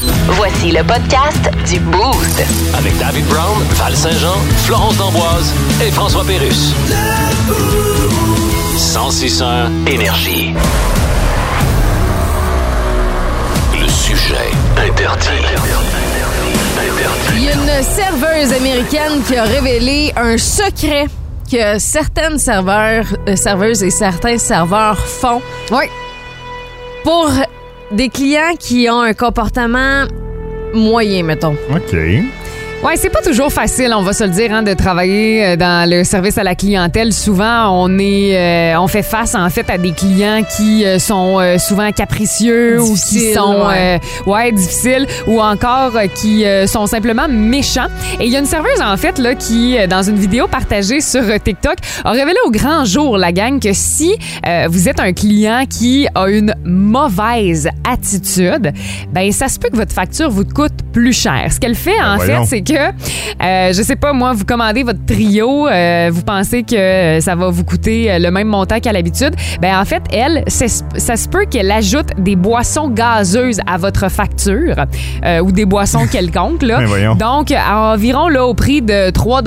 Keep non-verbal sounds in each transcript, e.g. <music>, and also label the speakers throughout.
Speaker 1: Voici le podcast du Boost.
Speaker 2: Avec David Brown, Val Saint-Jean, Florence D'Amboise et François Pérus. 1061 Énergie. Le sujet interdit.
Speaker 3: Il y a une serveuse américaine qui a révélé un secret que certaines serveurs, euh, serveuses et certains serveurs font. Oui. Pour des clients qui ont un comportement moyen, mettons.
Speaker 4: OK.
Speaker 5: Ouais, c'est pas toujours facile, on va se le dire, hein, de travailler euh, dans le service à la clientèle. Souvent, on est, euh, on fait face en fait à des clients qui euh, sont euh, souvent capricieux ou qui
Speaker 3: Difficiles,
Speaker 5: sont,
Speaker 3: ouais.
Speaker 5: euh, ouais, difficiles ou encore euh, qui euh, sont simplement méchants. Et il y a une serveuse en fait là qui, euh, dans une vidéo partagée sur euh, TikTok, a révélé au grand jour la gang que si euh, vous êtes un client qui a une mauvaise attitude, ben ça se peut que votre facture vous coûte plus cher. Ce qu'elle fait en fait,
Speaker 4: voyons.
Speaker 5: c'est que, euh, je sais pas, moi, vous commandez votre trio, euh, vous pensez que euh, ça va vous coûter euh, le même montant qu'à l'habitude. Ben en fait, elle, c'est- ça se peut qu'elle ajoute des boissons gazeuses à votre facture euh, ou des boissons quelconques. Là.
Speaker 4: Ben voyons.
Speaker 5: Donc, à environ là, au prix de 3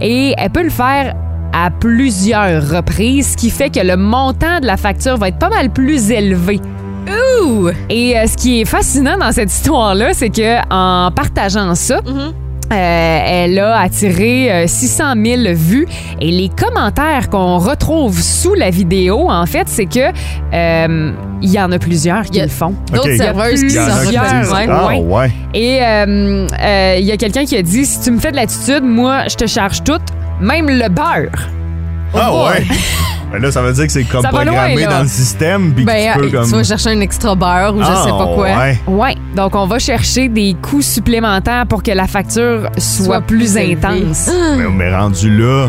Speaker 5: et elle peut le faire à plusieurs reprises, ce qui fait que le montant de la facture va être pas mal plus élevé. Ouh! Et euh, ce qui est fascinant dans cette histoire-là, c'est que en partageant ça,
Speaker 3: Mm-hmm.
Speaker 5: euh, elle a attiré euh, 600 000 vues et les commentaires qu'on retrouve sous la vidéo, en fait, c'est que euh, il y en a plusieurs qui
Speaker 3: Il y a-
Speaker 5: le font.
Speaker 3: D'autres
Speaker 4: Ok.
Speaker 3: serveuses
Speaker 5: Il
Speaker 3: qui
Speaker 5: y en
Speaker 3: s'en
Speaker 5: a qui
Speaker 3: reconnaissent.
Speaker 5: disent- ouais,
Speaker 4: Ah,
Speaker 5: ouais.
Speaker 4: ouais.
Speaker 5: Et euh, euh, il y a quelqu'un qui a dit si tu me fais de l'attitude, moi je te charge tout, même le beurre.
Speaker 4: Ah,
Speaker 3: <laughs>
Speaker 4: ouais. Ben là, ça veut dire que c'est comme
Speaker 5: Ça va loin,
Speaker 4: programmé
Speaker 5: là.
Speaker 4: dans le système. Puis que
Speaker 3: Ben,
Speaker 4: tu peux
Speaker 3: euh,
Speaker 4: comme.
Speaker 3: tu vas chercher un extra beurre ou je
Speaker 4: Ah,
Speaker 3: sais pas quoi.
Speaker 4: Ouais.
Speaker 5: Ouais, donc on va chercher des coûts supplémentaires pour que la facture soit,
Speaker 3: Soit
Speaker 5: plus,
Speaker 3: plus élevée.
Speaker 5: intense.
Speaker 3: Ah.
Speaker 4: Mais, mais rendu là,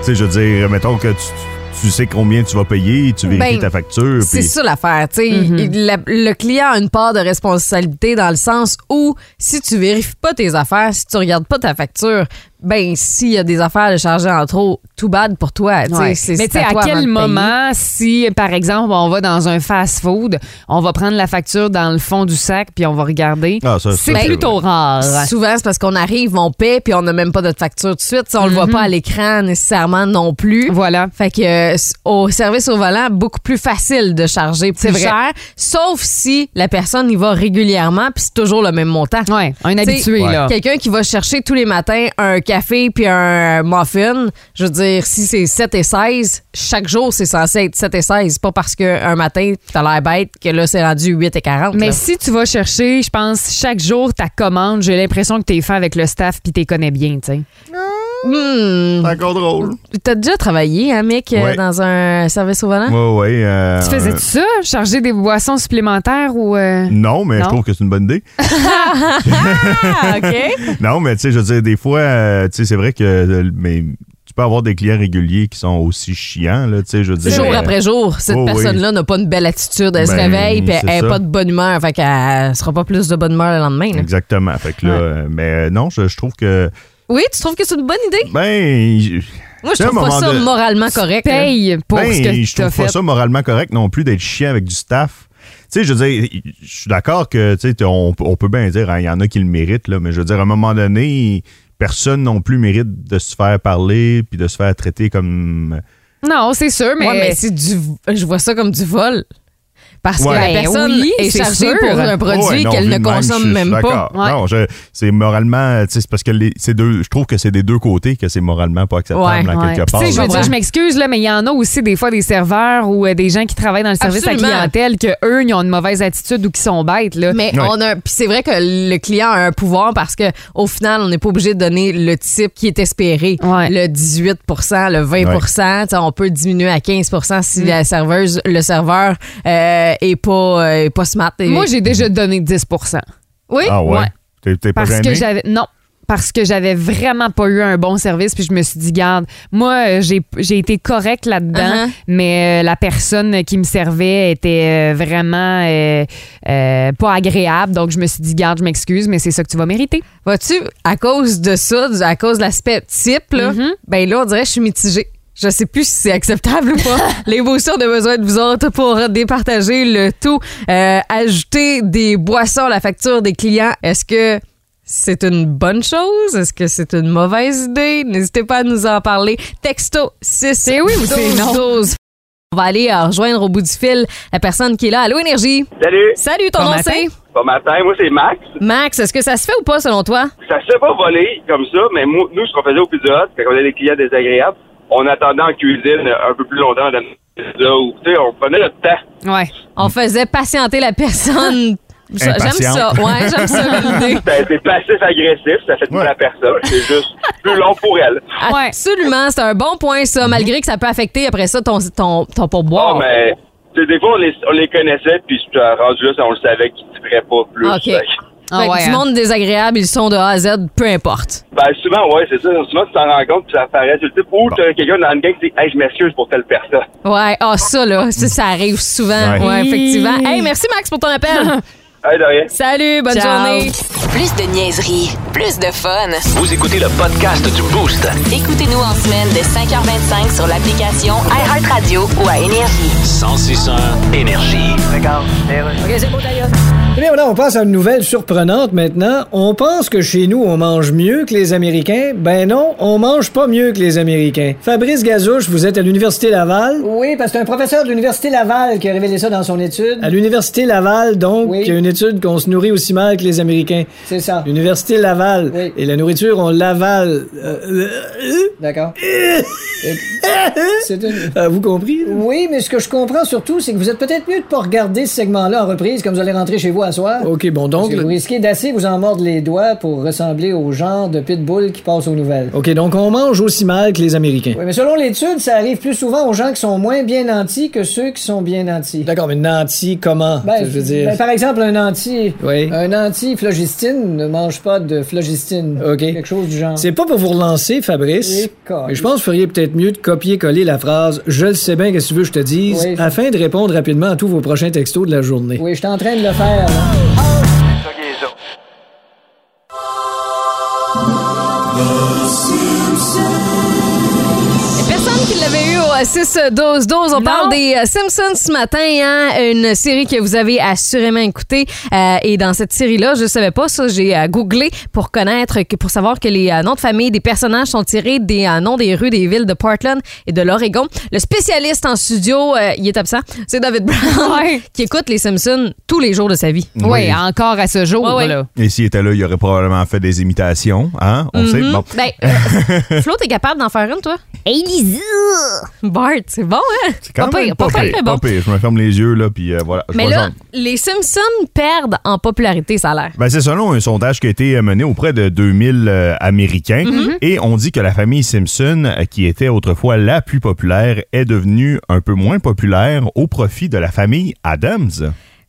Speaker 4: tu sais, je veux dire, mettons que tu, tu- tu sais combien tu vas payer, tu vérifies
Speaker 3: Ben,
Speaker 4: ta facture.
Speaker 3: C'est
Speaker 4: puis-
Speaker 3: ça l'affaire. tu sais.
Speaker 5: Mhm.
Speaker 3: Il- la- le client a une part de responsabilité dans le sens où si tu vérifies pas tes affaires, si tu regardes pas ta facture, ben s'il y a des affaires de charger en trop, tout bad pour toi. tu sais,
Speaker 5: Ouais.
Speaker 3: c'est-
Speaker 5: Mais
Speaker 3: c'est
Speaker 5: tu sais, à
Speaker 3: toi avant
Speaker 5: quel
Speaker 3: de payer.
Speaker 5: moment, si par exemple on va dans un fast-food, on va prendre la facture dans le fond du sac puis on va regarder.
Speaker 4: Ah, ça, ça,
Speaker 5: c'est
Speaker 4: c'est
Speaker 5: plutôt rare.
Speaker 3: Souvent, c'est parce qu'on arrive, on paie, puis on n'a même pas notre facture tout de suite. Tu sais, On le
Speaker 5: Mhm.
Speaker 3: voit pas à l'écran nécessairement non plus.
Speaker 5: Voilà.
Speaker 3: Fait que euh, s- au service au volant, beaucoup plus facile de charger plus
Speaker 5: C'est vrai.
Speaker 3: cher, sauf si la personne y va régulièrement puis c'est toujours le même montant.
Speaker 5: Ouais, un
Speaker 3: T'sais,
Speaker 5: habitué là.
Speaker 3: Quelqu'un qui va chercher tous les matins un café puis un muffin, je veux dire, si c'est 7 et 16, chaque jour c'est censé être 7 et 16, pas parce qu'un matin t'as l'air bête que là c'est rendu 8 et 40.
Speaker 5: Mais
Speaker 3: là.
Speaker 5: si tu vas chercher, je pense, chaque jour ta commande, j'ai l'impression que t'es fin avec le staff puis t'es connais bien, tu sais.
Speaker 3: Hmm,
Speaker 4: C'est encore drôle.
Speaker 3: t'as déjà travaillé, hein, Mick, euh,
Speaker 4: Ouais.
Speaker 3: dans un service au volant?
Speaker 4: Ouais, ouais. Mm. euh,
Speaker 5: Tu faisais-tu ça? Charger des boissons supplémentaires ou... euh,
Speaker 4: Non, mais
Speaker 5: Non.
Speaker 4: je trouve que c'est une
Speaker 3: <laughs>
Speaker 4: bonne idée.
Speaker 3: Ah, OK.
Speaker 4: <laughs> Non, mais tu sais, je veux dire, des fois, euh, tu sais, c'est vrai que euh, mais tu peux avoir des clients réguliers qui sont aussi chiants, là, tu sais, je veux dire.
Speaker 3: jour
Speaker 4: euh,
Speaker 3: après jour, cette
Speaker 4: Oh oui.
Speaker 3: personne-là n'a pas une belle attitude. Elle se
Speaker 4: Ben,
Speaker 3: réveille puis
Speaker 4: c'est
Speaker 3: elle
Speaker 4: ça.
Speaker 3: n'a pas de bonne humeur. Fait qu'elle ne sera pas plus de bonne humeur le lendemain. là.
Speaker 4: Exactement. Fait que là, euh, mais euh, non, je, je trouve que.
Speaker 3: Oui, tu trouves que c'est une bonne idée?
Speaker 4: Ben. je-
Speaker 3: Moi, je
Speaker 4: À un
Speaker 3: trouve pas
Speaker 4: moment
Speaker 3: ça
Speaker 4: de-
Speaker 3: moralement correct. là.
Speaker 5: Paye pour
Speaker 4: ben,
Speaker 5: ce que
Speaker 4: je
Speaker 5: tu as
Speaker 4: trouve
Speaker 5: fait.
Speaker 4: pas ça moralement correct non plus d'être chiant avec du staff. Tu sais, je veux dire, je suis d'accord que, tu sais, t'as- on, on peut bien dire, hein, il y en a qui le méritent, là, mais je veux dire, à un moment donné, personne non plus mérite de se faire parler puis de se faire traiter comme.
Speaker 5: Non, c'est sûr, mais...
Speaker 3: Ouais, mais c'est du. Je vois ça comme du vol. Parce que
Speaker 4: Ouais.
Speaker 3: la
Speaker 5: Ben
Speaker 3: personne
Speaker 5: oui,
Speaker 3: est
Speaker 5: c'est
Speaker 3: chargée
Speaker 5: sûr.
Speaker 3: pour un produit
Speaker 4: Oh, Ouais, non,
Speaker 3: qu'elle
Speaker 4: vu
Speaker 3: ne
Speaker 4: de même, je-
Speaker 3: consomme
Speaker 4: je suis
Speaker 3: même pas.
Speaker 4: d'accord. Non, je- c'est moralement, tu sais, c'est parce que les, c'est deux, je trouve que c'est des deux côtés que c'est moralement pas acceptable
Speaker 3: Ouais,
Speaker 4: dans
Speaker 5: Ouais.
Speaker 4: quelque
Speaker 5: Puis,
Speaker 4: part.
Speaker 5: tu sais, je veux
Speaker 4: là.
Speaker 5: dire,
Speaker 3: Ouais.
Speaker 5: je m'excuse, là, mais il y en a aussi des fois des serveurs ou euh, des gens qui travaillent dans le service à
Speaker 3: Absolument.
Speaker 5: la clientèle que eux, ils ont une mauvaise attitude ou qui sont bêtes. Là.
Speaker 3: Mais
Speaker 4: Ouais.
Speaker 3: on a, puis c'est vrai que le client a un pouvoir parce que au final, on n'est pas obligé de donner le type qui est espéré,
Speaker 5: Ouais.
Speaker 3: le 18 le 20 Tu sais, On peut diminuer à 15 si la serveuse, le serveur euh, est pas euh, est pas smart. Et-
Speaker 5: Moi, j'ai déjà donné 10
Speaker 3: oui,
Speaker 4: Ah ouais?
Speaker 5: Ouais.
Speaker 4: T'es, t'es pas
Speaker 5: Parce que
Speaker 4: gêné?
Speaker 5: j'avais. Non. Parce que j'avais vraiment pas eu un bon service, puis je me suis dit, garde, moi, euh, j'ai j'ai été correct là-dedans,
Speaker 3: Uh-huh.
Speaker 5: mais euh, la personne qui me servait était euh, vraiment euh, euh, pas agréable, donc je me suis dit, garde, je m'excuse, mais c'est ça que tu vas mériter. Mhm.
Speaker 3: Vois-tu, à cause de ça, du- à cause de l'aspect type, là, ben là, on dirait que je suis mitigée. Je sais plus si c'est acceptable
Speaker 5: <laughs>
Speaker 3: ou pas. L'émotion de besoin de vous autres pour départager le tout. Euh, ajouter des boissons à la facture des clients. Est-ce que c'est une bonne chose? Est-ce que c'est une mauvaise idée? N'hésitez pas à nous en parler. Texto 6. C'est oui ou
Speaker 5: Eh c'est non?
Speaker 3: On va aller euh, rejoindre au bout du fil la personne qui est là. Allô, Énergie?
Speaker 6: Salut!
Speaker 3: Salut, ton
Speaker 5: Bon
Speaker 3: nom
Speaker 5: matin.
Speaker 3: c'est?
Speaker 6: Bon matin, moi c'est Max.
Speaker 3: Max, est-ce que ça se fait ou pas selon toi?
Speaker 6: Ça se fait pas voler comme ça, mais moi, nous, ce qu'on faisait au Pizza Hut, quand on avait des clients désagréables, on attendait en cuisine un peu plus longtemps dans le pizza ou, tu sais, on prenait notre temps.
Speaker 5: Ouais.
Speaker 3: On faisait patienter la personne. Ça, J'aime
Speaker 4: Impatiente.
Speaker 3: ça. Ouais, j'aime ça comme idée.
Speaker 6: Ben, C'est passif-agressif, ça fait de mal à personne. C'est juste plus long pour elle. Ah,
Speaker 5: Ouais.
Speaker 3: Absolument, c'est un bon point ça, malgré que ça peut affecter après ça ton ton ton
Speaker 6: Oh,
Speaker 3: pourboire.
Speaker 6: mais, tu sais, des fois, on les, on les connaissait, puis euh, rendu là, ça, on le savait qu'ils ne tireraient pas plus.
Speaker 3: OK.
Speaker 6: Fait que-
Speaker 5: Ah
Speaker 3: Fait que
Speaker 5: ouais,
Speaker 3: du
Speaker 5: hein.
Speaker 3: monde désagréable, ils sont de A à Z, peu importe.
Speaker 6: Ben, souvent, ouais, c'est ça. Souvent, tu t'en rends compte, puis ça apparaît sur le type. Ou t'as quelqu'un dans le gang qui dit, hey, je m'excuse pour telle personne.
Speaker 3: Ouais, ah ça là, ça, ça arrive souvent.
Speaker 4: Ouais.
Speaker 3: Ouais, effectivement. Hey, merci Max pour ton
Speaker 5: <laughs>
Speaker 3: appel.
Speaker 6: Hey, de rien.
Speaker 3: Salut, bonne
Speaker 5: Ciao.
Speaker 3: journée.
Speaker 1: Plus de niaiserie, plus de fun.
Speaker 2: Vous écoutez le podcast du Boost.
Speaker 1: Écoutez-nous en semaine de 5h25 sur l'application iHeartRadio ou à Énergie.
Speaker 2: 1061 Énergie.
Speaker 7: Eh bien, voilà, on passe à une nouvelle surprenante maintenant. On pense que chez nous, on mange mieux que les Américains. Ben non, on mange pas mieux que les Américains. Fabrice Gazouche, vous êtes à l'Université Laval.
Speaker 8: Oui, parce que c'est un professeur de l'Université Laval qui a révélé ça dans son étude.
Speaker 7: À l'Université Laval, donc,
Speaker 8: Oui.
Speaker 7: il y a une étude qu'on se nourrit aussi mal que les Américains.
Speaker 8: C'est ça.
Speaker 7: L'Université Laval.
Speaker 8: Oui.
Speaker 7: Et la nourriture, on l'avale. Euh, euh, euh,
Speaker 8: D'accord.
Speaker 7: <laughs>
Speaker 8: C'est une-
Speaker 7: euh, vous compris?
Speaker 8: Oui, mais ce que je comprends surtout, c'est que vous êtes peut-être mieux de pas regarder ce segment-là en reprise comme vous allez rentrer chez vous à soir.
Speaker 7: OK, bon,
Speaker 8: Parce
Speaker 7: donc...
Speaker 8: que
Speaker 7: le-
Speaker 8: vous risquez d'assez vous en mordre les doigts pour ressembler au genre de pitbull qui passe aux nouvelles.
Speaker 7: OK, donc on mange aussi mal que les Américains.
Speaker 8: Oui, mais selon l'étude, ça arrive plus souvent aux gens qui sont moins bien nantis que ceux qui sont bien nantis.
Speaker 7: D'accord, mais nanti, comment?
Speaker 8: Ben,
Speaker 7: je veux dire...
Speaker 8: ben, par exemple, un nanti.
Speaker 7: Oui.
Speaker 8: Un anti-phlogistine ne mange pas de phlogistine.
Speaker 7: OK.
Speaker 8: Quelque chose du genre.
Speaker 7: C'est pas pour vous relancer, Fabrice.
Speaker 8: Eh, câlisse.
Speaker 7: Mais je pense que vous feriez peut-être mieux de copier-coller la phrase Je le sais bien, qu'est-ce que tu veux que je te dise,
Speaker 8: Oui.
Speaker 7: afin de répondre rapidement à tous vos prochains textos de la journée.
Speaker 8: Oui, je suis en train de le faire, là.
Speaker 3: Personne qui l'avait eu au 6 12 12, on parle des euh, Simpsons ce matin, hein, une série que vous avez assurément écoutée Euh, et dans cette série là, je savais pas ça, j'ai euh, googlé pour connaître que- pour savoir que les euh, noms de famille des personnages sont tirés des euh, noms des rues des villes de Portland et de l'Oregon. Le spécialiste en studio, euh, il est absent, c'est David Brown
Speaker 5: Ouais.
Speaker 3: qui écoute les Simpsons tous les jours de sa vie.
Speaker 5: Oui, encore à ce jour,
Speaker 3: Ouais, ouais.
Speaker 5: là.
Speaker 4: Et s'il était là, il aurait probablement fait des imitations. Hein? On sait. Bon. <laughs>
Speaker 3: Ben, euh, Flo, t'es capable d'en faire une, toi? Bart, c'est bon, hein?
Speaker 4: C'est quand
Speaker 3: pas
Speaker 4: même
Speaker 3: pire, pas pire, mais bon.
Speaker 4: pas pire. Je me ferme les yeux, là, puis euh, voilà. Je
Speaker 3: Mais
Speaker 4: vois
Speaker 3: là,
Speaker 4: ça.
Speaker 3: les Simpsons perdent en popularité, ça a l'air.
Speaker 4: Ben, c'est selon un sondage qui a été euh, mené auprès de 2000 euh, Américains.
Speaker 3: Mm-hmm.
Speaker 4: Et on dit que la famille Simpson, euh, qui était autrefois la plus populaire, est devenue un peu moins populaire au profit de la famille Adams.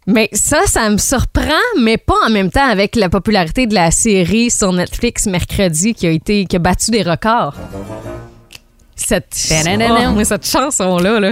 Speaker 3: Mais ça, ça me surprend, mais pas en même temps avec la popularité de la série sur Netflix mercredi qui a été qui a battu des records. Cette,
Speaker 5: Ta-na-na-na.
Speaker 3: Oh, moi, cette chanson-là, là.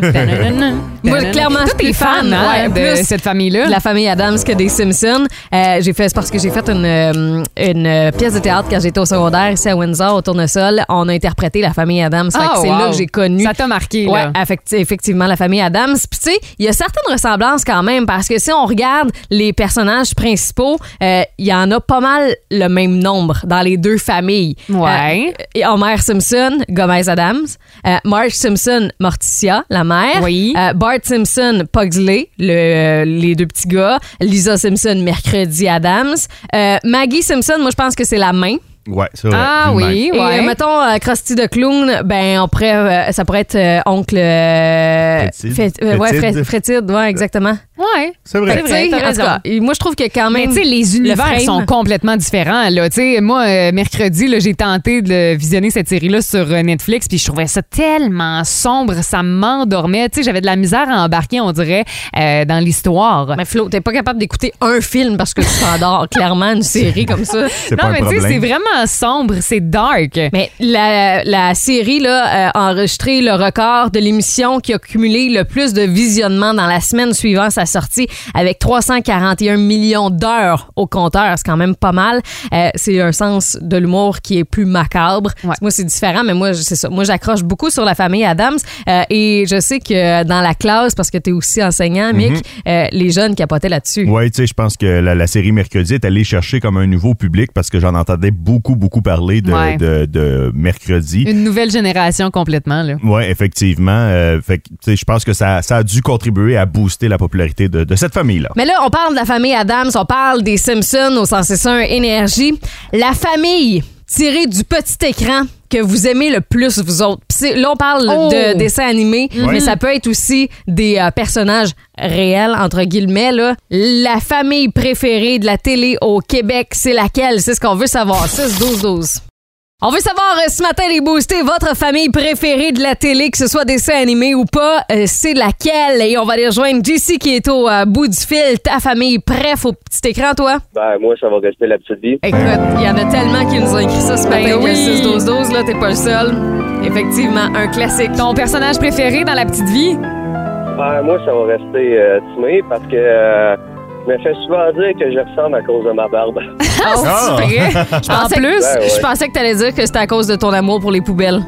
Speaker 3: Moi, clairement,
Speaker 5: Toi, t'es
Speaker 3: les fans,
Speaker 5: fan hein,
Speaker 3: ouais,
Speaker 5: de
Speaker 3: plus.
Speaker 5: cette famille-là.
Speaker 3: de la famille Adams que des Simpsons. Euh, j'ai fait c'est parce que j'ai fait une, euh, une euh, pièce de théâtre quand j'étais au secondaire ici à Windsor au tournesol. On a interprété la famille Adams. Fait que
Speaker 5: Ah,
Speaker 3: c'est
Speaker 5: wow.
Speaker 3: là que j'ai connu.
Speaker 5: Ça t'a marqué,
Speaker 3: Ouais,
Speaker 5: là.
Speaker 3: affecti- effectivement, la famille Adams. Puis, tu sais, il y a certaines ressemblances quand même, parce que si on regarde les personnages principaux, euh, il y en a pas mal le même nombre dans les deux familles.
Speaker 5: Ouais.
Speaker 3: Euh, et Homer Simpson, Gomez Adams. Euh, Marge Simpson, Morticia, la mère.
Speaker 5: Oui.
Speaker 3: Euh, Bart Simpson, Pugsley, le, euh, les deux petits gars. Lisa Simpson, Mercredi Adams. Euh, Maggie Simpson, moi, je pense que c'est la main.
Speaker 4: Ouais, c'est vrai.
Speaker 5: Ah
Speaker 4: Une
Speaker 5: oui,
Speaker 3: Et euh,
Speaker 5: ouais.
Speaker 3: mettons euh, Krusty de clown, ben on pourrait, euh, ça pourrait être euh, oncle euh,
Speaker 4: Frétide.
Speaker 3: Fét- euh, ouais,
Speaker 4: Frétide.
Speaker 3: Fré- Frétide, ouais, exactement.
Speaker 5: ouais.
Speaker 3: Fait
Speaker 4: C'est vrai.
Speaker 3: que,
Speaker 5: C'est vrai,
Speaker 3: tu sais,
Speaker 5: t'as
Speaker 3: en tout
Speaker 5: raison.
Speaker 3: cas, et moi je trouve que quand
Speaker 5: Mais
Speaker 3: même
Speaker 5: tu sais, les univers
Speaker 3: frame.
Speaker 5: sont complètement différents. Là. Tu sais, Moi, euh, mercredi, là, j'ai tenté de visionner cette série-là sur euh, Netflix, puis je trouvais ça tellement sombre, ça m'endormait. Tu sais, J'avais de la misère à embarquer, on dirait, euh, dans l'histoire.
Speaker 3: mais Flo, t'es pas capable d'écouter un film parce que tu t'endors <laughs> clairement une série comme <laughs> ça.
Speaker 4: C'est pas
Speaker 5: Non,
Speaker 4: un
Speaker 5: mais tu sais,
Speaker 4: problème.
Speaker 5: c'est vraiment sombre, c'est dark.
Speaker 3: Mais la, la série là, euh, a enregistré le record de l'émission qui a cumulé le plus de visionnements dans la semaine suivant sa sortie avec 341 millions d'heures au compteur. C'est quand même pas mal. Euh, c'est un sens de l'humour qui est plus macabre.
Speaker 5: Ouais.
Speaker 3: Moi, c'est différent, mais moi, je- c'est ça. Moi, j'accroche beaucoup sur la famille Adams. Euh, et je sais que dans la classe, parce que tu es aussi enseignant, Mick, euh, les jeunes capotaient là-dessus.
Speaker 4: Oui, tu sais, je pense que la, la série Mercredi est allée chercher comme un nouveau public parce que j'en entendais beaucoup, beaucoup parler de,
Speaker 5: Ouais.
Speaker 4: de- de Mercredi.
Speaker 5: Une nouvelle génération complètement, là.
Speaker 4: Oui, effectivement. Euh, fait que, tu sais, je pense que ça, ça a dû contribuer à booster la popularité de, de cette famille-là.
Speaker 3: Mais là, on parle de la famille Adams, on parle des Simpsons au 161 Énergie. La famille tirée du petit écran que vous aimez le plus, vous autres. Puis c'est- là, on parle
Speaker 5: Oh!
Speaker 3: de dessins animés, mais ça peut être aussi des euh, personnages réels, entre guillemets. Là. La famille préférée de la télé au Québec, c'est laquelle? C'est ce qu'on veut savoir. 6-12-12. On veut savoir euh, ce matin, les boostés, votre famille préférée de la télé, que ce soit dessin animé ou pas, euh, c'est laquelle? Et on va aller rejoindre JC qui est au euh, bout du fil. Ta famille, bref, au petit écran, toi?
Speaker 9: Ben, moi, ça va rester la petite vie.
Speaker 3: Écoute, il y en a tellement qui nous ont écrit ça ce matin,
Speaker 5: Ben
Speaker 3: que
Speaker 5: oui.
Speaker 3: 6-12-12, là, t'es pas le seul. Effectivement, un classique.
Speaker 5: Ton personnage préféré dans la petite vie?
Speaker 9: Ben, moi, ça va rester euh, Timmy parce que euh, je me fais souvent dire que je ressemble à cause de ma barbe. <laughs>
Speaker 4: Ah!
Speaker 5: c'est vrai?
Speaker 3: Je pensais,
Speaker 5: plus,
Speaker 3: que,
Speaker 9: ouais.
Speaker 3: je pensais que t'allais dire que c'était à cause de ton amour pour les poubelles.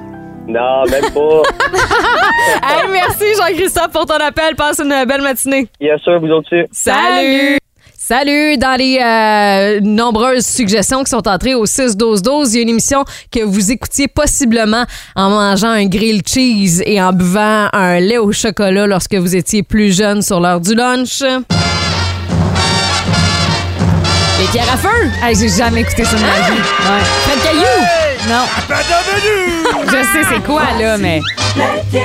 Speaker 9: non, même pas.
Speaker 3: <laughs> hey, merci Jean-Christophe pour ton appel. Passe une belle matinée.
Speaker 9: Bien sûr, vous autres aussi.
Speaker 3: Salut! Salut! Dans les euh, nombreuses suggestions qui sont entrées au 6-12-12, il y a une émission que vous écoutiez possiblement en mangeant un grilled cheese et en buvant un lait au chocolat lorsque vous étiez plus jeune sur l'heure du lunch. Les pierres à feu!
Speaker 5: Hey, j'ai jamais écouté ça de ma vie. Ouais.
Speaker 3: Fred Caillou!
Speaker 5: Non. Je sais c'est quoi, là, mais.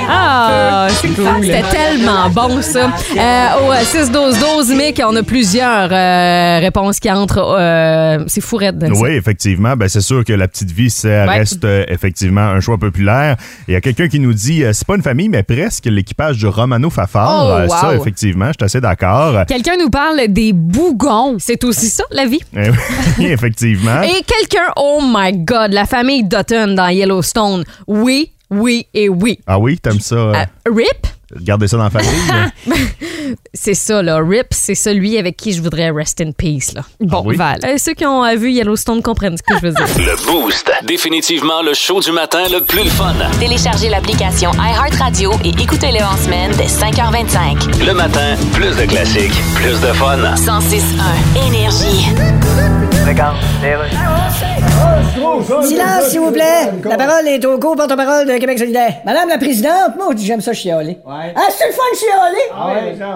Speaker 5: Ah, c'est cool.
Speaker 3: C'était tellement bon, ça. Euh, au euh, 6-12-12, Mick, on a plusieurs euh, réponses qui entrent. euh, c'est fourrette. de
Speaker 4: <laughs> Oui, effectivement. Ben, c'est sûr que la petite vie, ça reste euh, effectivement un choix populaire. Il y a quelqu'un qui nous dit euh, c'est pas une famille, mais presque l'équipage du Romano Fafard.
Speaker 5: Oh,
Speaker 4: Euh, Ça,
Speaker 5: wow.
Speaker 4: effectivement, je suis assez d'accord.
Speaker 5: Quelqu'un nous parle des bougons.
Speaker 3: C'est aussi ça, la vie.
Speaker 4: <laughs> Eh oui, <laughs> effectivement.
Speaker 3: Et quelqu'un, oh my God, la famille Dutton dans Yellowstone. Oui, oui et oui.
Speaker 4: Ah oui, t'aimes ça. euh,
Speaker 3: Euh, Rip,
Speaker 4: Regardez ça dans la famille. hein?
Speaker 3: <laughs>
Speaker 4: là.
Speaker 3: c'est ça, là. Rip, c'est celui avec qui je voudrais rest in peace, là.
Speaker 5: Bon,
Speaker 4: Ah oui?
Speaker 5: Val.
Speaker 3: Euh, ceux qui ont euh, vu Yellowstone comprennent ce que je veux <laughs> dire.
Speaker 2: Le Boost. Définitivement le show du matin le plus le fun.
Speaker 1: Téléchargez l'application iHeartRadio et écoutez-le en semaine dès 5h25.
Speaker 2: Le matin, plus de classiques, plus de fun.
Speaker 1: 106.1 Énergie.
Speaker 8: Silence, s'il vous plaît. La parole est au co-porte-parole de Québec solidaire. Madame la Présidente, moi, j'aime ça chialer. Ah, c'est le fun de chialer? Ah,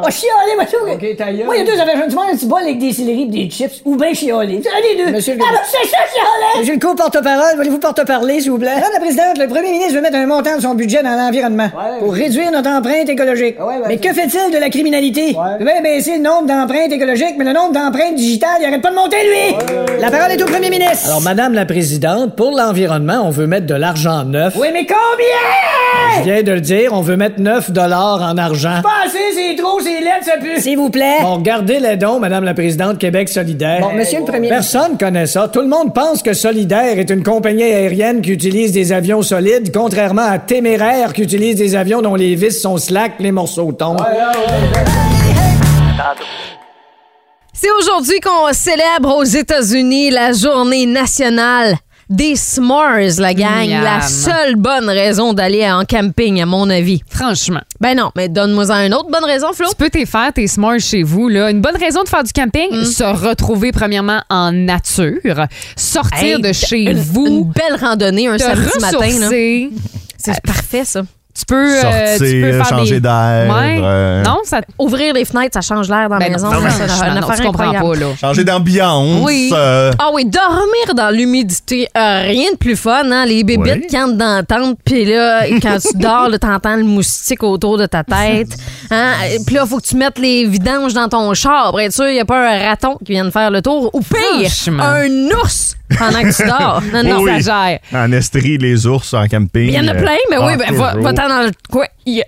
Speaker 8: ouais, chialer, moi, tout.
Speaker 7: Ok, ta gueule.
Speaker 8: Moi, il y a deux affaires. Je me un petit bol avec des céleri et des chips ou bien chialer. C'est un des deux.
Speaker 7: Monsieur le-
Speaker 8: Ah, ben, c'est ça, chialer! Monsieur le co-porte-parole, voulez-vous porte-parler, s'il vous plaît? Madame la Présidente, le premier ministre veut mettre un montant de son budget dans l'environnement pour réduire notre empreinte écologique. mais que fait-il de la criminalité? Il veut bien baisser le nombre d'empreintes écologiques, mais le nombre d'empreintes digitales, il arrête pas de monter, lui! La parole est au premier ministre.
Speaker 7: Alors, Madame la Présidente, pour l'environnement, on veut mettre de l'argent neuf.
Speaker 8: oui, mais combien?
Speaker 7: Je viens de le dire, on veut mettre 9 dollars en argent.
Speaker 8: Pas assez, c'est trop, c'est laid, ça pue. S'il vous plaît.
Speaker 7: Bon, gardez les dons, Madame la Présidente, Québec solidaire.
Speaker 8: Bon, monsieur le premier-
Speaker 7: Personne connaît ça. Tout le monde pense que Solidaire est une compagnie aérienne qui utilise des avions solides, contrairement à Téméraire qui utilise des avions dont les vis sont slack, les morceaux tombent.
Speaker 8: hein.
Speaker 3: C'est aujourd'hui qu'on célèbre aux États-Unis la journée nationale des s'mores, la gang.
Speaker 5: Miam.
Speaker 3: La seule bonne raison d'aller en camping, à mon avis.
Speaker 5: Franchement.
Speaker 3: Ben non, mais donne-moi en une autre bonne raison, Flo.
Speaker 5: Tu peux t'y faire tes s'mores chez vous. Là. Une bonne raison de faire du camping,
Speaker 3: Mm.
Speaker 5: se retrouver premièrement en nature, sortir
Speaker 3: Hey,
Speaker 5: de chez
Speaker 3: une- Une
Speaker 5: vous,
Speaker 3: belle randonnée un
Speaker 5: te
Speaker 3: samedi matin. là.
Speaker 5: ressourcer.
Speaker 3: C'est parfait, ça.
Speaker 5: Tu peux, euh,
Speaker 4: Sortir,
Speaker 5: tu peux faire
Speaker 4: changer
Speaker 5: des-
Speaker 4: d'air.
Speaker 5: Ouais.
Speaker 4: euh,
Speaker 5: Non, ça...
Speaker 3: Ouvrir les fenêtres, ça change l'air dans la
Speaker 5: Ben
Speaker 3: maison.
Speaker 5: non,
Speaker 3: là,
Speaker 5: franchement,
Speaker 3: c'est une
Speaker 5: non,
Speaker 3: affaire
Speaker 5: tu comprends
Speaker 3: incroyable.
Speaker 5: pas, là.
Speaker 4: Changer d'ambiance.
Speaker 3: Oui.
Speaker 4: euh,
Speaker 3: Ah oui, dormir dans l'humidité, euh, rien de plus fun, hein? Les bébites
Speaker 4: Ouais.
Speaker 3: qui entrent dans la tente, puis là, quand tu dors, là, t'entends le moustique autour de ta tête. Hein? Et Puis là, faut que tu mettes les vidanges dans ton char pour être sûr qu'il n'y a pas un raton qui vienne faire le tour. Ou pire,
Speaker 5: Franchement.
Speaker 3: un ours pendant que tu dors.
Speaker 4: <laughs>
Speaker 3: Oh, Non, non,
Speaker 4: Oui.
Speaker 3: ça gère.
Speaker 5: J'exagère.
Speaker 4: En Estrie, les ours en camping.
Speaker 3: Il y en a
Speaker 4: euh,
Speaker 3: plein, mais oui,
Speaker 4: ah,
Speaker 3: ben, va-
Speaker 4: toujours.
Speaker 3: va-t'en dans le coin. Il y a-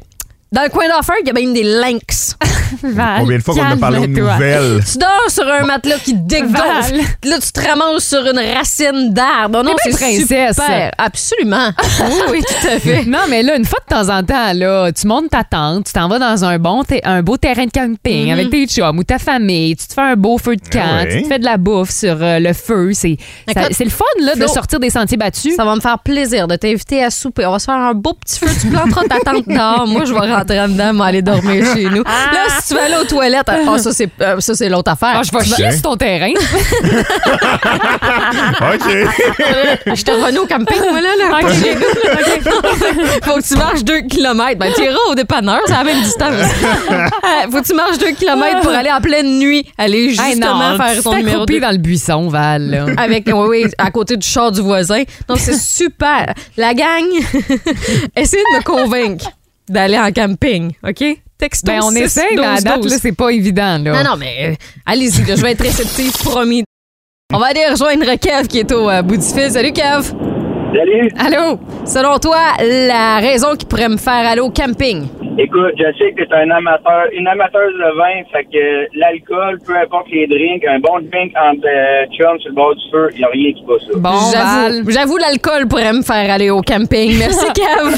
Speaker 3: Dans le coin d'enfer, il y a même des lynx.
Speaker 5: Val,
Speaker 4: Combien de fois qu'on en a parlé aux
Speaker 5: calme-toi.
Speaker 4: nouvelles?
Speaker 3: Tu dors sur un matelas qui dégonfle.
Speaker 5: Val.
Speaker 3: Là, tu te ramasses sur une racine d'arbre. Oh Non,
Speaker 5: T'es
Speaker 3: c'est
Speaker 5: bien princesse.
Speaker 3: super. Absolument. oui, oui, tout à fait.
Speaker 5: Non, mais là, une fois de temps en temps, là, tu montes ta tente, tu t'en vas dans un bon te- un beau terrain de camping avec
Speaker 3: Mm-hmm.
Speaker 5: tes chums ou ta famille, tu te fais un beau feu de camp,
Speaker 4: Ah ouais.
Speaker 5: tu te fais de la bouffe sur euh, le feu. C'est
Speaker 3: Écoute,
Speaker 5: ça- c'est le fun là, de
Speaker 3: Flo,
Speaker 5: sortir des sentiers battus.
Speaker 3: Ça va me faire plaisir de t'inviter à souper. On va se faire un beau petit feu. Tu planteras ta tente dehors. Moi, je vais rentrer en dedans, m'aller dormir chez nous. Là, si tu vas aller aux toilettes, ah, ça, c'est euh, ça, c'est l'autre affaire.
Speaker 5: Ah, je vais
Speaker 3: Tu vas-
Speaker 5: chier sur
Speaker 3: <laughs>
Speaker 5: ton terrain.
Speaker 4: OK.
Speaker 3: <laughs> Je te renais au camping, moi, là. là pas chez nous, là. <laughs> Faut que tu marches 2 km. Ben, t'iras au dépanneur, c'est à la même
Speaker 5: <laughs>
Speaker 3: distance. Euh, Faut que tu marches 2 km pour aller en pleine nuit. Aller justement
Speaker 5: Hey, non,
Speaker 3: faire
Speaker 5: tu
Speaker 3: ton numéro
Speaker 5: t'accroupis
Speaker 3: 2.
Speaker 5: dans le buisson, Val.
Speaker 3: <laughs>
Speaker 5: là.
Speaker 3: Avec, oui, oui, à côté du char du voisin. Donc,
Speaker 5: <laughs>
Speaker 3: c'est super. La gang, <laughs> essayez de me convaincre d'aller en camping, OK? Texto
Speaker 5: ben, on
Speaker 3: 6
Speaker 5: essaye, mais à
Speaker 3: 12
Speaker 5: date,
Speaker 3: 12.
Speaker 5: là, c'est pas évident.
Speaker 3: Non,
Speaker 5: Là.
Speaker 3: non, mais euh, allez-y, là, je vais être réceptive, promis. On va aller rejoindre Kev qui est au euh, bout du fil. Salut, Kev!
Speaker 9: Salut!
Speaker 3: Allô? Selon toi, la raison qui pourrait me faire aller au camping?
Speaker 9: Écoute, je sais que t'es un amateur, une amateuse de vin, fait que l'alcool, peu importe les drinks, un bon drink entre euh, chums sur le bord du feu, y a rien qui va ça.
Speaker 5: Bon, Val.
Speaker 3: J'avoue, j'avoue, l'alcool pourrait me faire aller au camping. <laughs> Merci, Kev!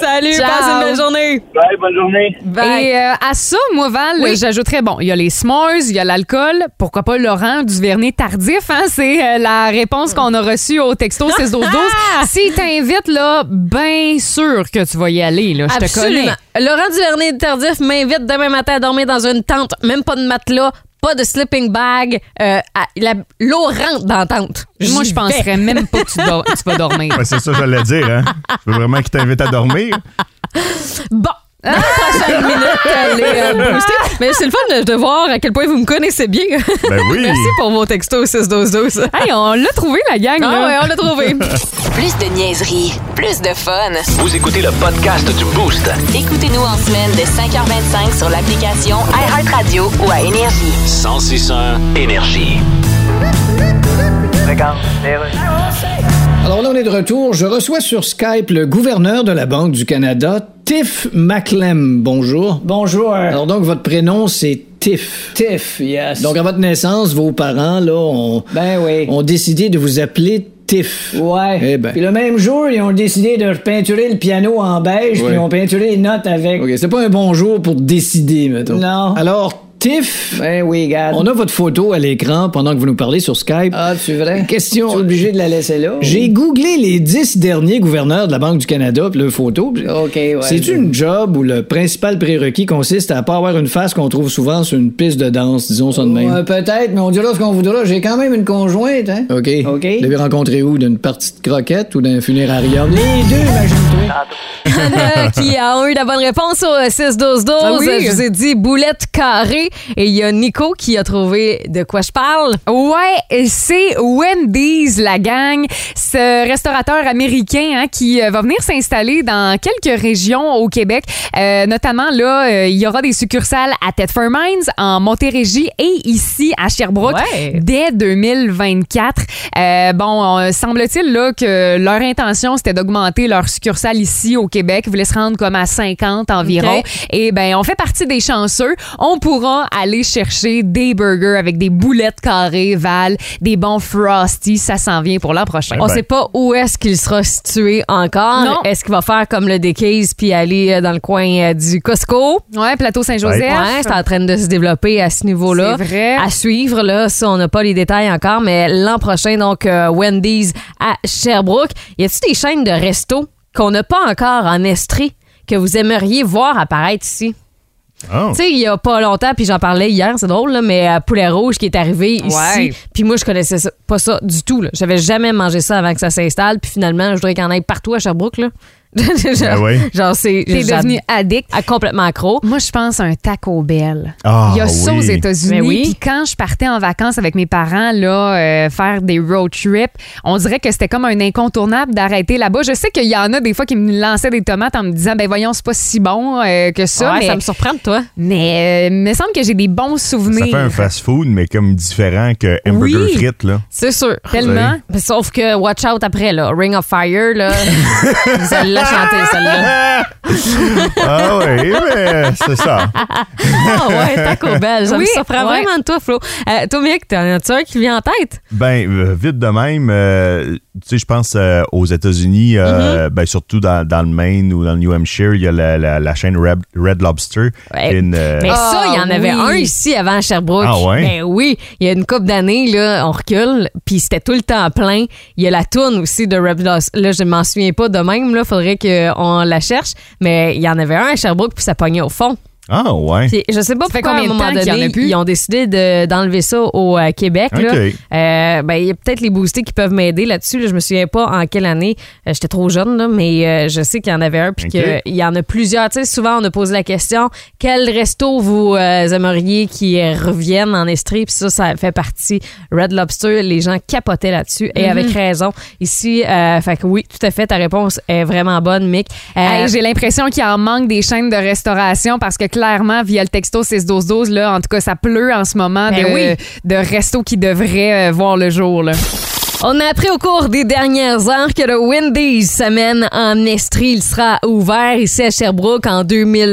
Speaker 3: Salut,
Speaker 5: Ciao.
Speaker 3: passe une belle journée!
Speaker 9: Bye, bonne journée.
Speaker 3: Bye!
Speaker 5: Et euh, à ça, moi, Val,
Speaker 3: Oui.
Speaker 5: j'ajouterais, bon, il y a les s'mores, il y a l'alcool, pourquoi pas Laurent du vernet tardif, hein, c'est euh, la réponse qu'on a reçue
Speaker 3: <laughs>
Speaker 5: au texto 6 12
Speaker 3: Ah!
Speaker 5: S'il t'invite, là, bien sûr que tu vas y aller, là, je te connais.
Speaker 3: Absolument. Laurent Duvernay Tardif m'invite demain matin à dormir dans une tente, même pas de matelas, pas de sleeping bag. euh, à- la- L'eau rentre dans la tente.
Speaker 5: Moi,
Speaker 3: J'y
Speaker 5: je
Speaker 3: vais.
Speaker 5: penserais même pas que tu, dors- tu vas dormir.
Speaker 4: Ben, c'est ça que j'allais dire. Hein? Je veux vraiment qu'il t'invite à dormir.
Speaker 3: Bon. Dans les prochaines minutes, allez euh, booster. <laughs> Mais c'est le fun de, de voir à quel point vous me connaissez bien. <laughs>
Speaker 4: Ben oui.
Speaker 3: Merci pour vos textos 6 12 12.
Speaker 5: Hey, on l'a trouvé, la gang,
Speaker 3: Ah
Speaker 5: là.
Speaker 3: ouais, on l'a trouvé.
Speaker 1: Plus de niaiserie, plus de fun.
Speaker 2: Vous écoutez le podcast du Boost.
Speaker 1: Écoutez-nous en semaine de 5h25 sur l'application iHeartRadio ou à Énergie.
Speaker 2: 1061 Énergie.
Speaker 7: Alors là, on est de retour. Je reçois sur Skype le gouverneur de la Banque du Canada, Tiff McLem. Bonjour.
Speaker 8: Bonjour.
Speaker 7: Alors donc, votre prénom, c'est Tiff.
Speaker 8: Tiff, yes.
Speaker 7: Donc, à votre naissance, vos parents, là, ont,
Speaker 8: ben oui.
Speaker 7: ont décidé de vous appeler Tiff.
Speaker 8: Ouais.
Speaker 7: Eh ben.
Speaker 8: Puis le même jour, ils ont décidé de peinturer le piano en beige,
Speaker 7: Ouais.
Speaker 8: puis ils ont peinturé les notes avec.
Speaker 7: OK, c'est pas un bon jour pour décider, mettons.
Speaker 8: Non.
Speaker 7: Alors, Tiff,
Speaker 8: Ben oui, garde.
Speaker 7: on a votre photo à l'écran pendant que vous nous parlez sur Skype.
Speaker 8: Ah, tu vrai?
Speaker 7: Question-
Speaker 8: Tu es obligé de la laisser là? ou-
Speaker 7: J'ai googlé les dix derniers gouverneurs de la Banque du Canada, puis le photo. puis-
Speaker 8: OK, ouais.
Speaker 7: C'est une job où le principal prérequis consiste à pas avoir une face qu'on trouve souvent sur une piste de danse, disons ça de même.
Speaker 8: Ouais, peut-être, mais on dira ce qu'on voudra. J'ai quand même une conjointe, hein?
Speaker 7: OK.
Speaker 8: OK.
Speaker 7: Vous l'avez rencontré où? D'une partie de croquette ou d'un funérarium?
Speaker 8: Les deux, imagine-toi.
Speaker 3: Anna <laughs> qui a eu la bonne réponse au 6 12 12.
Speaker 5: Ah oui.
Speaker 3: Je vous ai dit boulette carrée et il y a Nico qui a trouvé de quoi je parle.
Speaker 5: Ouais, et c'est Wendy's, la gang. Ce restaurateur américain hein, qui euh, va venir s'installer dans quelques régions au Québec. Euh, notamment, là, euh, il y aura des succursales à Thetford Mines, en Montérégie et ici à Sherbrooke
Speaker 3: Ouais.
Speaker 5: dès 2024. Euh, bon, euh, semble-t-il là que leur intention, c'était d'augmenter leur succursale ici au Québec. Ils voulaient se rendre comme à 50 environ.
Speaker 3: Ok.
Speaker 5: Et ben, on fait partie des chanceux. On pourra aller chercher des burgers avec des boulettes carrées, Val, des bons Frosty. Ça s'en vient pour l'an prochain.
Speaker 3: On
Speaker 4: ben.
Speaker 3: sait pas où est-ce qu'il sera situé encore.
Speaker 5: Non.
Speaker 3: Est-ce qu'il va faire comme le Decays puis aller euh, dans le coin euh, du Costco?
Speaker 5: Ouais, plateau Saint-Joseph.
Speaker 3: Ouais, c'est en train de se développer à ce niveau-là.
Speaker 5: C'est vrai.
Speaker 3: À suivre, là, ça, on n'a pas les détails encore, mais l'an prochain, donc, euh, Wendy's à Sherbrooke. Y a-t-il des chaînes de resto qu'on n'a pas encore en Estrie que vous aimeriez voir apparaître ici?
Speaker 4: Oh.
Speaker 3: Tu sais, il y a pas longtemps, puis j'en parlais hier, c'est drôle, là, mais euh, Poulet Rouge qui est arrivé
Speaker 5: Ouais.
Speaker 3: ici. Puis moi, je connaissais ça- pas ça du tout. là. J'avais jamais mangé ça avant que ça s'installe. Puis finalement, je voudrais qu'il y en ait partout à Sherbrooke. Là. <laughs> genre,
Speaker 4: Ben ouais.
Speaker 3: genre, c'est.
Speaker 5: T'es
Speaker 3: j'ad-
Speaker 5: devenu addict.
Speaker 3: à- complètement accro.
Speaker 5: Moi, je pense à un Taco Bell.
Speaker 4: Ah,
Speaker 5: Il y a ça
Speaker 4: oui.
Speaker 5: aux États-Unis.
Speaker 3: Mais Ben oui.
Speaker 5: Puis quand je partais en vacances avec mes parents, là, euh, faire des road trips, on dirait que c'était comme un incontournable d'arrêter là-bas. Je sais qu'il y en a des fois qui me lançaient des tomates en me disant, ben voyons, c'est pas si bon euh, que ça.
Speaker 3: Ouais,
Speaker 5: mais
Speaker 3: ça me surprend de toi.
Speaker 5: mais, euh, il me semble que j'ai des bons souvenirs.
Speaker 4: Ça fait un fast-food, mais comme différent que hamburger
Speaker 5: Oui.
Speaker 4: frites, là.
Speaker 3: C'est sûr.
Speaker 5: Tellement.
Speaker 3: Sauf que watch out après, là. Ring of Fire, là. vous allez
Speaker 5: la chanter, celle-là.
Speaker 4: <laughs> Ah oui, mais c'est ça.
Speaker 3: Ah ouais, taco belle. Ça me
Speaker 5: Oui,
Speaker 3: surprend
Speaker 5: ouais.
Speaker 3: vraiment de toi, Flo. Euh, toi, Mick, t'en as-tu un qui vient en tête?
Speaker 4: Ben, euh, vite de même, euh, tu sais, je pense euh, aux États-Unis, euh, ben, surtout dans, dans le Maine ou dans le New Hampshire, il y a la, la- la chaîne Red, Red Lobster.
Speaker 3: Ouais.
Speaker 4: qui est une, euh,
Speaker 3: Mais ça, il y en
Speaker 10: Ah,
Speaker 3: avait
Speaker 10: oui.
Speaker 3: un ici avant à Sherbrooke.
Speaker 4: Ah ouais?
Speaker 3: Ben oui, il y a une couple d'années, là, on recule, puis c'était tout le temps plein. Il y a la toune aussi de Red Lobster. Là, je m'en souviens pas de même, là, faudrait qu'on la cherche. Mais il y en avait un à Sherbrooke, puis ça pognait au fond.
Speaker 4: Ah ouais.
Speaker 3: Puis je sais pas
Speaker 5: fait
Speaker 3: pourquoi, à un
Speaker 5: combien de
Speaker 3: moment
Speaker 5: temps qu'il y en a
Speaker 3: donné,
Speaker 5: plus?
Speaker 3: ils ont décidé de- d'enlever ça au euh, Québec. là.
Speaker 4: OK.
Speaker 3: Euh, ben, il y a peut-être les boostés qui peuvent m'aider là-dessus. là. je me souviens pas en quelle année. Euh, J'étais trop jeune, là, mais euh, je sais qu'il y en avait un puis
Speaker 4: OK.
Speaker 3: qu'il y en a plusieurs. Tu sais, souvent, on a posé la question quel resto vous euh, aimeriez qui euh, revienne en Estrie? Puis ça, ça fait partie. Red Lobster, les gens capotaient là-dessus
Speaker 5: Mm-hmm.
Speaker 3: et avec raison. Ici, euh, fait que oui, tout à fait, ta réponse est vraiment bonne, Mick. Euh,
Speaker 5: Hey, J'ai l'impression qu'il en manque des chaînes de restauration parce que clairement, via le texto 6-12-12, là, en tout cas, ça pleut en ce moment
Speaker 3: Ben
Speaker 5: de,
Speaker 3: oui.
Speaker 5: de restos qui devraient euh, voir le jour. Là.
Speaker 3: On a appris au cours des dernières heures que le Wendy's s'amène en Estrie. Il sera ouvert ici à Sherbrooke en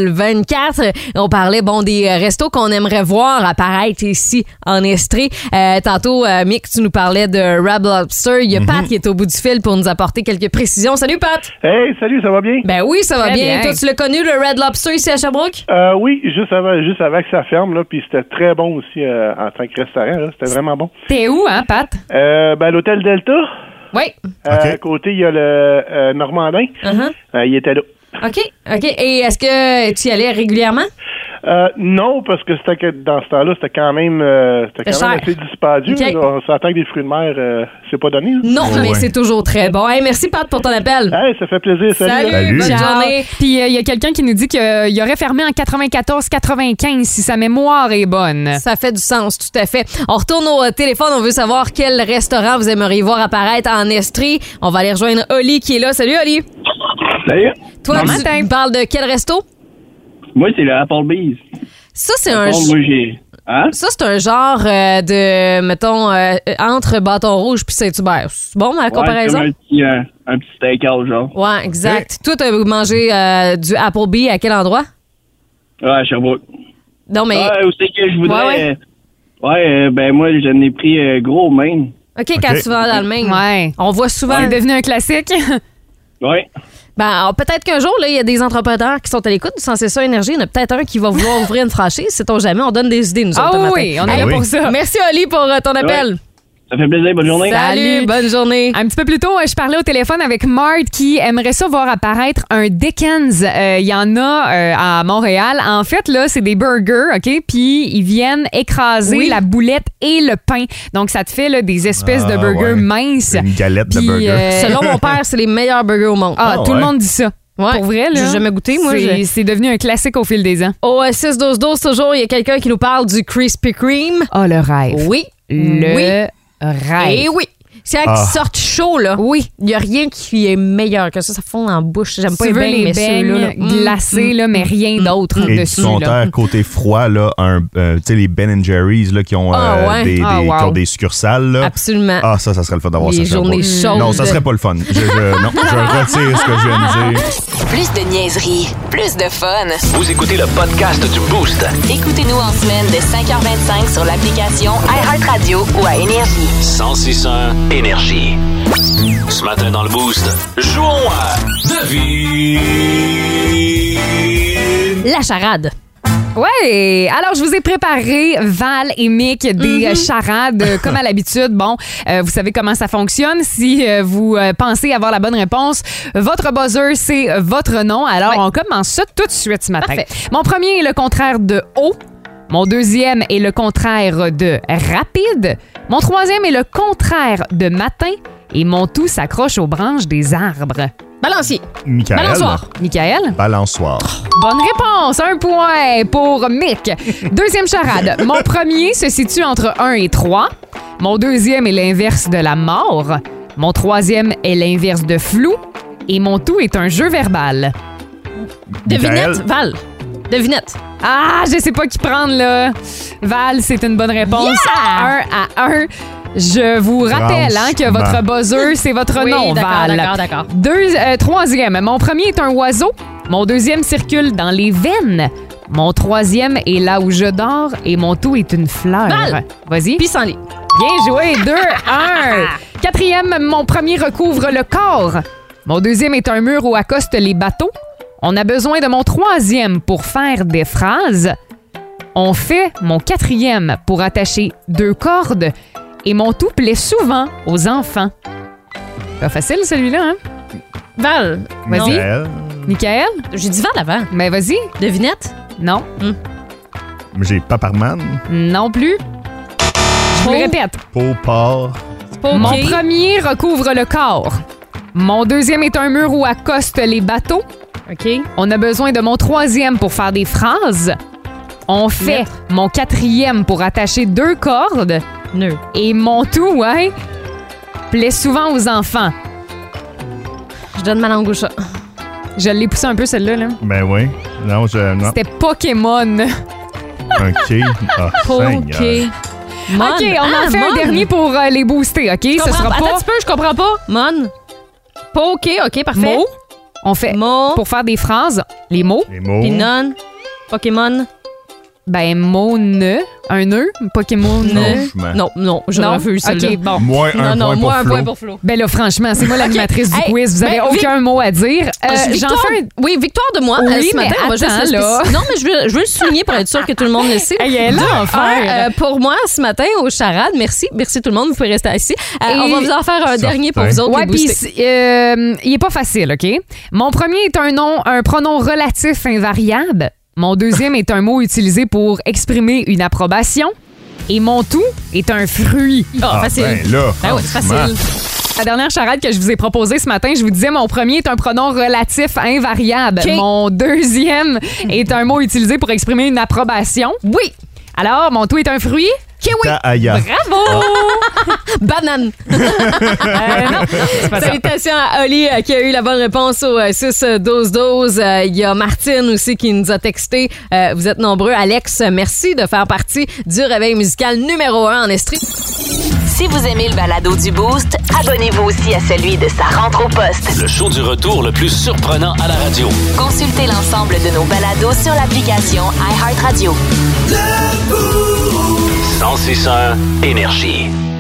Speaker 3: 2024. On parlait, bon, des euh, restos qu'on aimerait voir apparaître ici en Estrie. Euh, tantôt, euh, Mick, tu nous parlais de Rab Lobster. Il y a Pat qui est au bout du fil pour nous apporter quelques précisions. Salut, Pat!
Speaker 7: Hey, salut, ça va bien?
Speaker 3: Ben oui, ça va
Speaker 5: Très
Speaker 3: bien.
Speaker 5: bien.
Speaker 3: Toi, tu l'as connu, le Red Lobster ici à
Speaker 7: <laughs>
Speaker 3: Sherbrooke?
Speaker 7: Euh, oui, juste avant, juste avant que ça ferme, là, puis c'était très bon aussi euh, en tant que restaurant, là, c'était vraiment bon.
Speaker 5: T'es où, hein, Pat?
Speaker 7: Euh, ben, l'hôtel Delta,
Speaker 3: Oui.
Speaker 7: euh,
Speaker 4: OK.
Speaker 7: à côté, il y a le euh, Normandin,
Speaker 3: Uh-huh.
Speaker 7: Euh, il était là.
Speaker 3: OK, OK. Et est-ce que tu y allais régulièrement?
Speaker 7: Euh, non, parce que c'était que dans ce temps-là, c'était quand même, euh, c'était
Speaker 3: C'est
Speaker 7: quand même
Speaker 3: cher.
Speaker 7: assez dispendieux.
Speaker 3: OK.
Speaker 7: là. On s'entend que des fruits de mer, euh, c'est pas donné. là.
Speaker 3: Non,
Speaker 4: Oh,
Speaker 3: mais
Speaker 4: ouais.
Speaker 3: c'est toujours très bon. Hey, merci, Pat, pour ton appel.
Speaker 7: Hey, ça fait plaisir. Salut.
Speaker 3: Salut,
Speaker 7: là.
Speaker 4: Salut.
Speaker 3: bonne
Speaker 5: Ciao.
Speaker 3: journée.
Speaker 5: Puis euh, il y a quelqu'un qui nous dit qu'il euh, aurait fermé en 94-95 si sa mémoire est bonne.
Speaker 3: Ça fait du sens, tout à fait. On retourne au euh, téléphone. On veut savoir quel restaurant vous aimeriez voir apparaître en Estrie. On va aller rejoindre Oli qui est là. Salut, Oli.
Speaker 6: D'ailleurs,
Speaker 3: Toi,
Speaker 5: Bon
Speaker 3: tu
Speaker 5: matin.
Speaker 3: nous parles de quel resto?
Speaker 6: moi, c'est le Applebee's.
Speaker 3: Ça, c'est un,
Speaker 6: Bon,
Speaker 3: g-
Speaker 6: moi, j'ai. Hein?
Speaker 3: ça, c'est un genre euh, de, mettons, euh, entre Bâton Rouge puis Saint-Hubert. C'est bon, ma comparaison?
Speaker 6: Ouais, comme un petit, euh, un petit steakhouse, genre.
Speaker 3: Ouais, exact. Toi, t'as mangé euh, du Applebee à quel endroit?
Speaker 6: Ouais, à Sherbrooke.
Speaker 3: Non, mais...
Speaker 6: Ouais, où c'est que je voudrais.
Speaker 3: Ouais,
Speaker 6: Ouais, ouais euh, ben, moi, j'en ai pris euh, gros, même.
Speaker 3: OK, quand
Speaker 4: Ok.
Speaker 3: tu vas en Allemagne.
Speaker 5: Ouais.
Speaker 3: On voit souvent...
Speaker 5: C'est devenu un classique.
Speaker 6: Ouais.
Speaker 3: Ben, alors, peut-être qu'un jour, là, il y a des entrepreneurs qui sont à l'écoute du Sensation Énergie. Il y en a peut-être un qui va vouloir ouvrir une franchise. <laughs> Sait-on jamais? On donne des idées, nous
Speaker 5: ah
Speaker 3: autres, le
Speaker 5: oui, on
Speaker 3: matin.
Speaker 5: est
Speaker 4: Ah
Speaker 5: là
Speaker 4: oui.
Speaker 5: pour ça.
Speaker 3: Merci, Oli, pour euh, ton appel.
Speaker 6: Ça fait plaisir. Bonne journée.
Speaker 3: Salut,
Speaker 5: Salut.
Speaker 3: bonne journée.
Speaker 5: Un petit peu plus tôt, euh, je parlais au téléphone avec Mart qui aimerait ça voir apparaître un Dickens. Euh, Il y en a euh, à Montréal. En fait, là, c'est des burgers, OK? Puis ils viennent écraser
Speaker 3: Oui.
Speaker 5: la boulette et le pain. Donc, ça te fait là, des espèces
Speaker 4: Ah,
Speaker 5: de
Speaker 4: ouais.
Speaker 5: burgers minces.
Speaker 4: Une galette de
Speaker 5: Puis,
Speaker 4: burger.
Speaker 5: euh,
Speaker 3: Selon mon père, c'est les meilleurs burgers au monde.
Speaker 5: Ah,
Speaker 4: Ah,
Speaker 5: tout le
Speaker 4: ouais.
Speaker 5: monde dit ça.
Speaker 3: Ouais.
Speaker 5: Pour vrai, là.
Speaker 3: J'ai jamais goûté, moi,
Speaker 5: C'est-
Speaker 3: j'ai-
Speaker 5: C'est devenu un classique au fil des ans.
Speaker 3: Au euh, 6-12-12, toujours, il y a quelqu'un qui nous parle du Krispy Kreme.
Speaker 5: Ah, le rêve.
Speaker 3: Oui.
Speaker 5: Le
Speaker 3: Oui.
Speaker 5: rêve.
Speaker 3: Et oui. C'est à
Speaker 4: Ah.
Speaker 3: qui sortent chaud, là. Oui. Il n'y a rien qui est meilleur que ça. Ça fond en bouche. J'aime pas les
Speaker 5: tu veux
Speaker 3: beignes, mais
Speaker 5: les
Speaker 3: ceux-là. là. Mm.
Speaker 5: beignes glacés, là, mais rien d'autre
Speaker 4: Et du
Speaker 5: dessus. là.
Speaker 4: contraire, côté froid, là, un, euh, tu sais, les Ben Jerry's là, qui, ont,
Speaker 3: Ah
Speaker 4: euh,
Speaker 3: ouais.
Speaker 4: des, des-
Speaker 5: Ah, wow.
Speaker 4: qui ont des succursales. Là.
Speaker 3: Absolument.
Speaker 4: Ah, ça, ça serait le fun d'avoir ça.
Speaker 3: les
Speaker 4: je sais pas.
Speaker 3: journées chaudes.
Speaker 4: Non, ça serait pas le fun. Je, je- non, je retire ce que je viens de dire.
Speaker 1: Plus de niaiserie, plus de fun.
Speaker 2: Vous écoutez le podcast du Boost.
Speaker 1: Écoutez-nous en semaine de 5h25 sur l'application iHeartRadio ou à Énergie.
Speaker 2: 1061 Énergie. Ce matin dans le Boost, jouons à Devine.
Speaker 3: La charade.
Speaker 5: Ouais, alors je vous ai préparé Val et Mick des euh, charades euh, comme à l'habitude. Bon, euh, vous savez comment ça fonctionne. Si euh, vous euh, pensez avoir la bonne réponse, votre buzzer c'est euh, votre nom. Alors on commence ça tout de suite ce matin.
Speaker 3: Parfait.
Speaker 5: Mon premier est le contraire de haut. Mon deuxième est le contraire de rapide. Mon troisième est le contraire de matin. Et mon tout s'accroche aux branches des arbres.
Speaker 3: Balancier.
Speaker 4: Michael.
Speaker 3: Balançoire.
Speaker 5: Michael?
Speaker 4: Balançoire.
Speaker 5: Bonne réponse, un point pour Mick. Deuxième charade. Mon premier se situe entre 1 et 3. Mon deuxième est l'inverse de la mort. Mon troisième est l'inverse de flou. Et mon tout est un jeu verbal.
Speaker 3: Devinette,
Speaker 4: Michael.
Speaker 3: Val. Devinette.
Speaker 5: Ah, je sais pas qui prendre là. Val, c'est une bonne réponse.
Speaker 3: Yeah!
Speaker 5: À 1 à 1. Je vous rappelle hein, que
Speaker 4: Franchement.
Speaker 5: votre buzzer, c'est votre
Speaker 3: Oui,
Speaker 5: nom,
Speaker 3: d'accord,
Speaker 5: Val.
Speaker 3: d'accord, d'accord.
Speaker 5: Deux- euh, troisième, mon premier est un oiseau. Mon deuxième circule dans les veines. Mon troisième est là où je dors et mon tout est une fleur.
Speaker 3: Val.
Speaker 5: Vas-y.
Speaker 3: Puis sans lit.
Speaker 5: Bien joué,
Speaker 3: <laughs>
Speaker 5: 2, 1. Quatrième, mon premier recouvre le corps. Mon deuxième est un mur où accostent les bateaux. On a besoin de mon troisième pour faire des phrases. On fait mon quatrième pour attacher deux cordes. Et mon tout plaît souvent aux enfants. Pas facile celui-là, hein?
Speaker 3: Val.
Speaker 5: Vas-y.
Speaker 4: Noël.
Speaker 5: Michael?
Speaker 3: J'ai dit Val avant.
Speaker 5: Ben vas-y.
Speaker 3: Devinette?
Speaker 5: Non.
Speaker 4: J'ai Paparman,
Speaker 5: Non plus. Je
Speaker 3: Oh.
Speaker 5: vous le répète.
Speaker 4: Pau Port,
Speaker 5: Mon premier recouvre le corps. Mon deuxième est un mur où accostent les bateaux.
Speaker 3: OK.
Speaker 5: On a besoin de mon troisième pour faire des phrases. On fait mon quatrième pour attacher deux cordes.
Speaker 3: Nœud.
Speaker 5: Et mon tout, ouais, plaît souvent aux enfants.
Speaker 3: Je donne ma langue au chat.
Speaker 5: Je l'ai poussé un peu, celle-là. là.
Speaker 4: Ben oui. Non, je. Non.
Speaker 5: C'était Pokémon.
Speaker 4: OK. Ah, Seigneur.
Speaker 3: Mon.
Speaker 5: OK, on
Speaker 3: Ah,
Speaker 5: en fait un
Speaker 3: mon.
Speaker 5: dernier pour euh, les booster, OK?
Speaker 3: Je
Speaker 5: Ce
Speaker 3: comprends
Speaker 5: sera
Speaker 3: pas. Attends un
Speaker 5: pas
Speaker 3: petit peu, je comprends pas. Mon. Pas OK, OK, parfait.
Speaker 5: mot. On fait
Speaker 3: Mon.
Speaker 5: pour faire des phrases, les mots.
Speaker 4: Les mots.
Speaker 3: Puis non. Pokémon.
Speaker 5: Ben, mot, nœud, un nœud, Pokémon, nœud.
Speaker 4: Franchement.
Speaker 3: Non, non, je
Speaker 5: Non?
Speaker 3: refuse celle-là.
Speaker 5: OK, bon.
Speaker 4: Moins un
Speaker 3: Non, non,
Speaker 4: point
Speaker 3: moi, un
Speaker 4: pour
Speaker 3: point
Speaker 4: Flo.
Speaker 3: pour Flo.
Speaker 5: Ben là, franchement, c'est moi l'animatrice du
Speaker 3: Hey,
Speaker 5: quiz. Vous
Speaker 3: ben,
Speaker 5: avez aucun mot à dire. Euh,
Speaker 3: Ah,
Speaker 5: J'en
Speaker 3: victoire-
Speaker 5: fais un
Speaker 3: Oui, victoire de moi
Speaker 5: Oui,
Speaker 3: euh, ce
Speaker 5: mais
Speaker 3: matin. on va
Speaker 5: attends,
Speaker 3: juste le
Speaker 5: là.
Speaker 3: spécifier. Non, mais je veux, je veux le souligner pour être sûr que tout le monde le sait.
Speaker 5: Hey, elle est là, Ah,
Speaker 3: Deux,
Speaker 5: enfin.
Speaker 3: un, euh, pour moi, ce matin, au charade, merci. Merci tout le monde. Vous pouvez rester assis. Euh,
Speaker 5: Et-
Speaker 3: on va vous en faire un
Speaker 4: Certain.
Speaker 3: dernier pour vous autres.
Speaker 5: Ouais,
Speaker 3: les
Speaker 5: puis
Speaker 3: boostés.
Speaker 5: c'est- euh, il est pas facile, OK? Mon premier est un nom, un pronom relatif invariable. Mon deuxième est un mot utilisé pour exprimer une approbation. Et mon tout est un fruit.
Speaker 3: Ah, facile.
Speaker 4: Ben là.
Speaker 3: Ah ouais, c'est facile.
Speaker 5: La dernière charade que je vous ai proposée ce matin, je vous disais mon premier est un pronom relatif invariable.
Speaker 3: OK.
Speaker 5: Mon deuxième est un mot utilisé pour exprimer une approbation. Oui. Alors, mon tout est un fruit. Kiwi.
Speaker 4: Taaya.
Speaker 5: Bravo!
Speaker 3: <laughs> Banane.
Speaker 5: Euh, non, c'est pas ça.
Speaker 3: Salutations à Oli euh, qui a eu la bonne réponse au euh, 6-12-12. Euh, Il y a Martine aussi qui nous a texté. Euh, vous êtes nombreux. Alex, merci de faire partie du réveil musical numéro 1 en Estrie.
Speaker 1: Si vous aimez le balado du Boost, abonnez-vous aussi à celui de sa rentre au poste.
Speaker 2: Le show du retour le plus surprenant à la radio.
Speaker 1: Consultez l'ensemble de nos balados sur l'application iHeartRadio.
Speaker 2: 106 énergie.